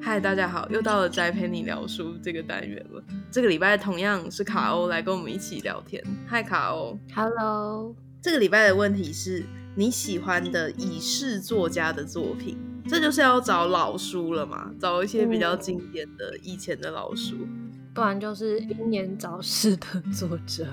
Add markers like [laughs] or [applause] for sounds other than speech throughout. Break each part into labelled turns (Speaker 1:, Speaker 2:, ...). Speaker 1: 嗨，大家好，又到了宅陪你聊书这个单元了。这个礼拜同样是卡欧来跟我们一起聊天。嗨，卡欧，
Speaker 2: Hello，
Speaker 1: 这个礼拜的问题是你喜欢的已逝作家的作品，这就是要找老书了嘛，找一些比较经典的以前的老书。
Speaker 2: 不然就是
Speaker 1: 嗯
Speaker 2: 英年早逝的作者。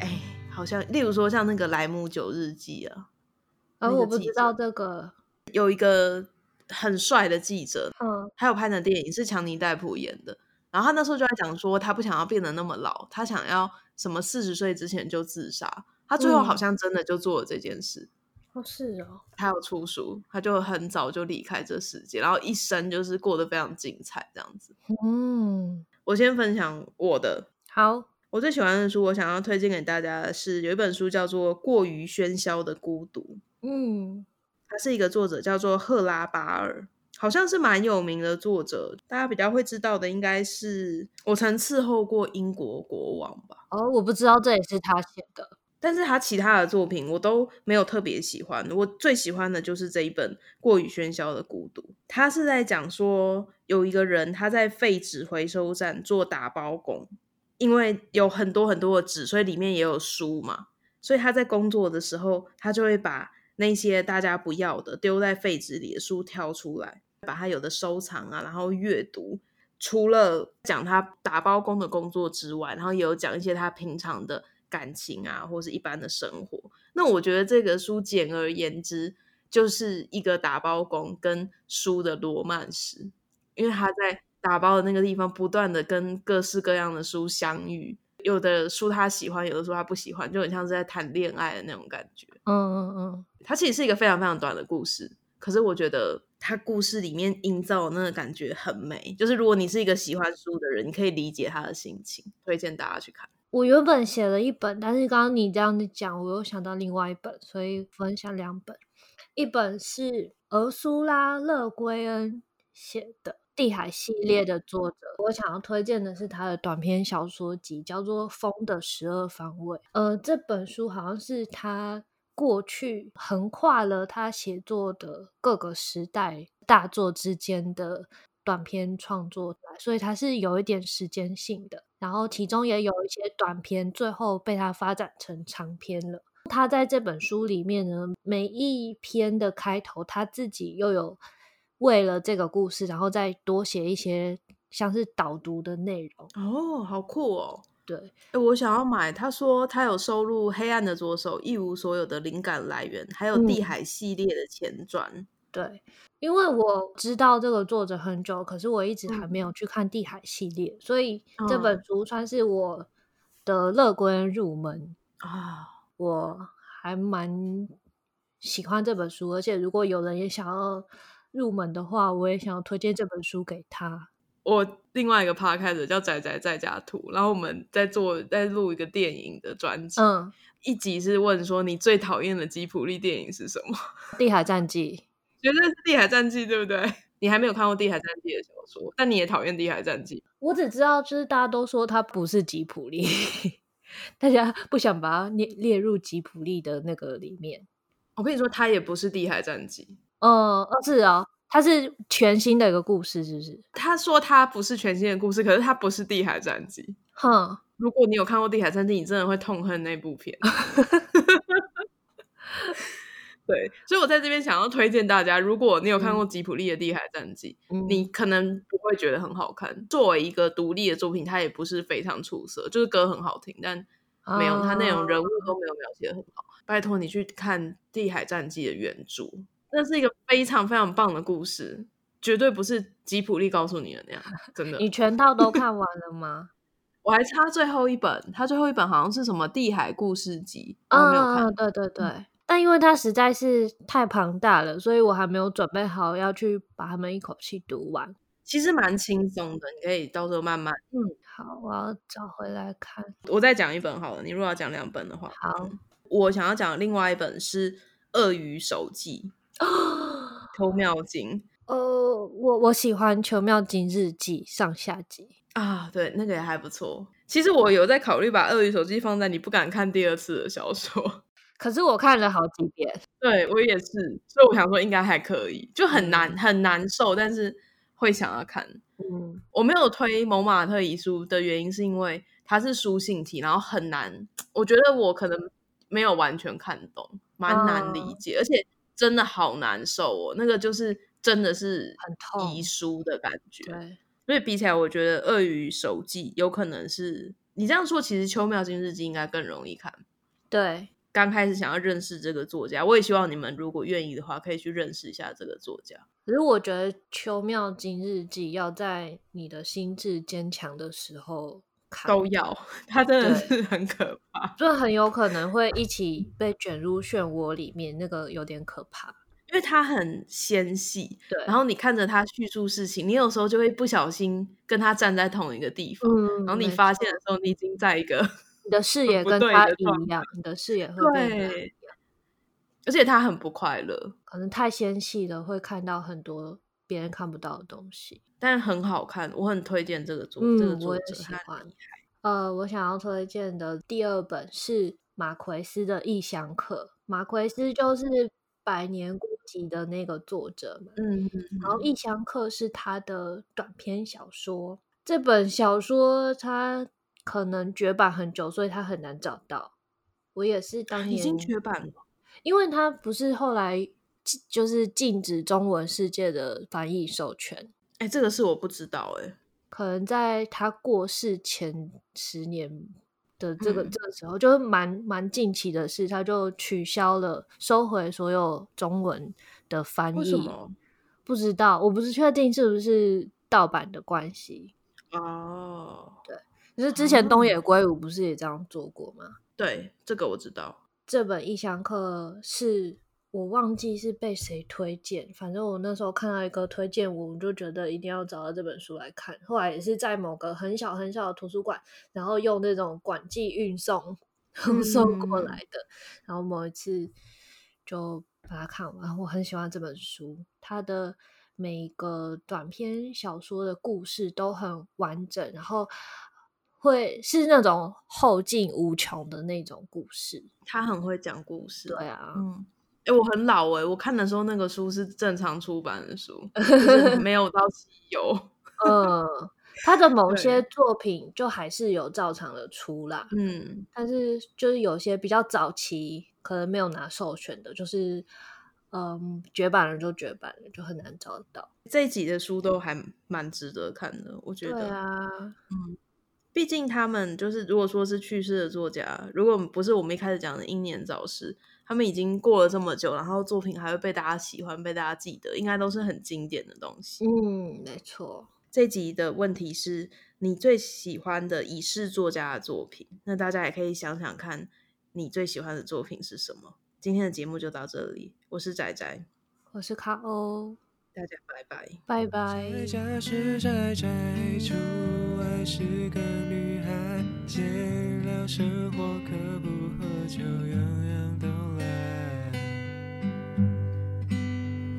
Speaker 1: 哎、好像例如说像那个莱姆九日记啊， [laughs] 那
Speaker 2: 而
Speaker 1: 个
Speaker 2: 哦我不
Speaker 1: 记
Speaker 2: 知
Speaker 1: 者
Speaker 2: 道这个，
Speaker 1: 有一个很帅的记者，
Speaker 2: 嗯，
Speaker 1: 还有拍的电影是强尼戴普演的。然后他那时候就在讲说，他不想要变得那么老，他想要什么四十岁之前就自杀。他最后好
Speaker 2: 嗯
Speaker 1: 像真的就做了这件事，
Speaker 2: 哦是哦，
Speaker 1: 他要出书，他就很早就离开这世界，然后一生就是过得非常精彩这样子。
Speaker 2: 嗯，
Speaker 1: 我先分享我的，
Speaker 2: 好，
Speaker 1: 我最喜欢的书，我想要推荐给大家的是有一本书叫做《过于喧嚣的孤独》，
Speaker 2: 嗯，
Speaker 1: 他是一个作者，叫做赫拉巴尔，好像是蛮有名的作者。大家比较会知道的应该是我曾伺候过英国国王吧，
Speaker 2: 哦，我不知道这也是他写的，
Speaker 1: 但是他其他的作品我都没有特别喜欢。我最喜欢的就是这一本《过于喧嚣的孤独》，他是在讲说有一个人他在废纸回收站做打包工，因为有很多很多的纸，所以里面也有书嘛，所以他在工作的时候，他就会把那些大家不要的丢在废纸里的书挑出来，把它有的收藏啊，然后阅读。除了讲他打包工的工作之外，然后也有讲一些他平常的感情啊，或是一般的生活。那我觉得这个书简而言之，就是一个打包工跟书的罗曼史，因为他在打包的那个地方不断的跟各式各样的书相遇，有的书他喜欢，有的书他不喜欢，就很像是在谈恋爱的那种感觉。
Speaker 2: 嗯嗯嗯，
Speaker 1: 它其实是一个非常非常短的故事，可是我觉得它故事里面营造的那个感觉很美。就是如果你是一个喜欢书的人，你可以理解他的心情，推荐大家去看。
Speaker 2: 我原本写了一本，但是刚刚你这样子讲，我又想到另外一本，所以分享两本，一本是俄苏拉·勒圭恩写的《地海》系列的作者，我想要推荐的是他的短篇小说集，叫做《风的十二方位》。呃，这本书好像是他过去横跨了他写作的各个时代大作之间的短篇创作，所以它是有一点时间性的。然后其中也有一些短篇，最后被他发展成长篇了。他在这本书里面呢，每一篇的开头他自己又有为了这个故事，然后再多写一些像是导读的内容。
Speaker 1: 哦，好酷哦！
Speaker 2: 对，
Speaker 1: 哎，我想要买。他说他有收录《黑暗的左手》一无所有的灵感来源，还有《地
Speaker 2: 嗯
Speaker 1: 海》系列的前传。
Speaker 2: 对，因为我知道这个作者很久，可是我一直还
Speaker 1: 嗯
Speaker 2: 没有去看《地海》系列，所以这本
Speaker 1: 嗯
Speaker 2: 书算是我的乐观入门。
Speaker 1: 啊，
Speaker 2: 我还蛮喜欢这本书，而且如果有人也想要入门的话，我也想要推荐这本书给他。
Speaker 1: 我另外一个 podcast 叫仔仔在家图，然后我们在做在录一个电影的专辑，
Speaker 2: 嗯，
Speaker 1: 一集是问说你最讨厌的吉普力电影是什么？
Speaker 2: 《地海战记
Speaker 1: 绝对是《地海战记》，对不 [laughs] 对？你还没有看过《地海战记》的小说，但你也讨厌《地海战记》。》，
Speaker 2: 我只知道就是大家都说它不是吉普力， [laughs] 大家不想把它列列入吉普力的那个里面。
Speaker 1: 我跟你说，它也不是《地海战记》。
Speaker 2: 嗯，哦是啊，它是全新的一个故事，是不是？
Speaker 1: 他说它不是全新的故事，可是它不是《地海战记》。
Speaker 2: 哼，
Speaker 1: 如果你有看过《地海战记》，你真的会痛恨那部片。 [laughs] 对，所以我在这边想要推荐大家，如果你有看过吉普力的《地海战记》，
Speaker 2: 嗯
Speaker 1: 你可能不会觉得很好看。作为一个独立的作品，它也不是非常出色，就是歌很好听，但没有它内
Speaker 2: 哦
Speaker 1: 容人物都没有描写得很好。哦拜托你去看《地海战记》的原著，那是一个非常非常棒的故事，绝对不是吉普力告诉你的那样，真的。
Speaker 2: 你全套都看完了
Speaker 1: [laughs]
Speaker 2: 吗？
Speaker 1: 我还差最后一本，他最后一本好像是什么《地海故事集》，我哦还没有看。
Speaker 2: 嗯，对对对。但因为它实在是太庞大了，所以我还没有准备好要去把它们一口气读完。
Speaker 1: 其实蛮轻松的，你可以到时候慢慢。
Speaker 2: 嗯，好，我要找回来
Speaker 1: [laughs]
Speaker 2: 看。
Speaker 1: 我再讲一本好了，你如果要讲两本的话，
Speaker 2: 好，
Speaker 1: 我想要讲的另外一本是《鳄鱼手记》，偷妙经
Speaker 2: 哦，我我喜欢《球妙金日记》上下集。
Speaker 1: 啊，对，那个也还不错。其实我有在考虑把《鳄鱼手记》放在你不敢看第二次的小说。 [laughs]
Speaker 2: 可是我看了好几遍，
Speaker 1: 对我也是，所以我想说应该还可以，就很难很难受，但是会想要看。
Speaker 2: 嗯，
Speaker 1: 我没有推《蒙马特遗书》的原因是因为它是书信体，然后很难，我觉得我可能没有完全看懂，蛮难
Speaker 2: 哦
Speaker 1: 理解，而且真的好难受哦。那个就是真的是
Speaker 2: 很痛
Speaker 1: 遗书的感觉，
Speaker 2: 对，
Speaker 1: 所以比起来，我觉得《鳄鱼手记》有可能是你这样说，其实《秋妙金日记》应该更容易看。
Speaker 2: 对，
Speaker 1: 刚开始想要认识这个作家，我也希望你们如果愿意的话，可以去认识一下这个作家。
Speaker 2: 可是我觉得《秋妙今日记》要在你的心智坚强的时候看，
Speaker 1: 都要， [laughs] 他真的
Speaker 2: 对
Speaker 1: 是很可怕，
Speaker 2: 就很有可能会一起被卷入漩涡里面，那个有点可怕。
Speaker 1: 因为他很纤细，
Speaker 2: 对，
Speaker 1: 然后你看着他叙述事情，你有时候就会不小心跟他站在同一个地方，
Speaker 2: 嗯，
Speaker 1: 然后你
Speaker 2: 没
Speaker 1: 发现的时候，你已经在一个
Speaker 2: 你的视
Speaker 1: 很
Speaker 2: 野
Speaker 1: 不
Speaker 2: 跟
Speaker 1: 对
Speaker 2: 他
Speaker 1: 的
Speaker 2: 一
Speaker 1: 状
Speaker 2: 样，你的视野会变得
Speaker 1: 对，而且他很不快乐，
Speaker 2: 可能太纤细了，会看到很多别人看不到的东西。
Speaker 1: 但很好看，我很推荐这个作、这个
Speaker 2: 嗯，我
Speaker 1: 作
Speaker 2: 也
Speaker 1: 者，
Speaker 2: 喜
Speaker 1: 他
Speaker 2: 欢。呃，我想要推荐的第二本是马奎斯的《异乡客》，马奎斯就是《百年孤寂》的那个作者嘛。
Speaker 1: 嗯，
Speaker 2: 然后《异乡客》是他的短篇小说。这本小说它可能绝版很久，所以它很难找到。我也是当
Speaker 1: 已
Speaker 2: 年
Speaker 1: 经绝版了。
Speaker 2: 因为它不是后来禁就是禁止中文世界的翻译授权，
Speaker 1: 哎、这个是我不知道哎、
Speaker 2: 可能在他过世前十年的这个、
Speaker 1: 嗯
Speaker 2: 这个时候，就是蛮蛮近期的事，他就取消了收回所有中文的翻
Speaker 1: 为什
Speaker 2: 译。
Speaker 1: 么？
Speaker 2: 不知道，我不是确定是不是盗版的关系。
Speaker 1: 哦，
Speaker 2: 可是之前东
Speaker 1: 啊
Speaker 2: 野圭吾不是也这样做过吗？
Speaker 1: 对，这个我知道。
Speaker 2: 这本《异乡客》是我忘记是被谁推荐，反正我那时候看到一个推荐，我就觉得一定要找到这本书来看。后来也是在某个很小很小的图书馆，然后用那种馆际运送送过
Speaker 1: 嗯
Speaker 2: 来的，然后某一次就把它看完。我很喜欢这本书，它的每一个短篇小说的故事都很完整，然后。会是那种后劲无穷的那种故事，
Speaker 1: 他很会讲故事。
Speaker 2: 对啊，
Speaker 1: 嗯，哎、我很老哎、我看的时候那个书是正常出版的 [laughs] 书，就是没有到西 [laughs] 游。
Speaker 2: 嗯，他的某
Speaker 1: 对
Speaker 2: 些作品就还是有照常的出啦，
Speaker 1: 嗯，
Speaker 2: 但是就是有些比较早期可能没有拿授权的，就是嗯绝版了就绝版了，就很难找到。
Speaker 1: 这一集的书都还蛮值得看的，嗯我觉
Speaker 2: 对
Speaker 1: 得。
Speaker 2: 啊，
Speaker 1: 毕竟他们就是，如果说是去世的作家，如果不是我们一开始讲的英年早逝，他们已经过了这么久，然后作品还会被大家喜欢、被大家记得，应该都是很经典的东西。
Speaker 2: 嗯，没错，
Speaker 1: 这集的问题是你最喜欢的已逝作家的作品，那大家也可以想想看，你最喜欢的作品是什么。今天的节目就到这里，我是仔仔，
Speaker 2: 我是卡欧，
Speaker 1: 大家拜拜。
Speaker 2: 拜拜。
Speaker 3: 宅家是宅宅，出外是个女孩，闲聊生活可不喝酒，样样都来。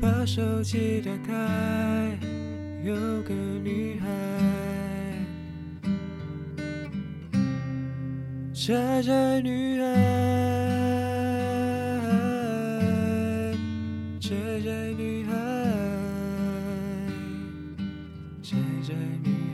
Speaker 3: 把手机打开，有个女孩，宅宅女孩，宅宅女孩。宅宅女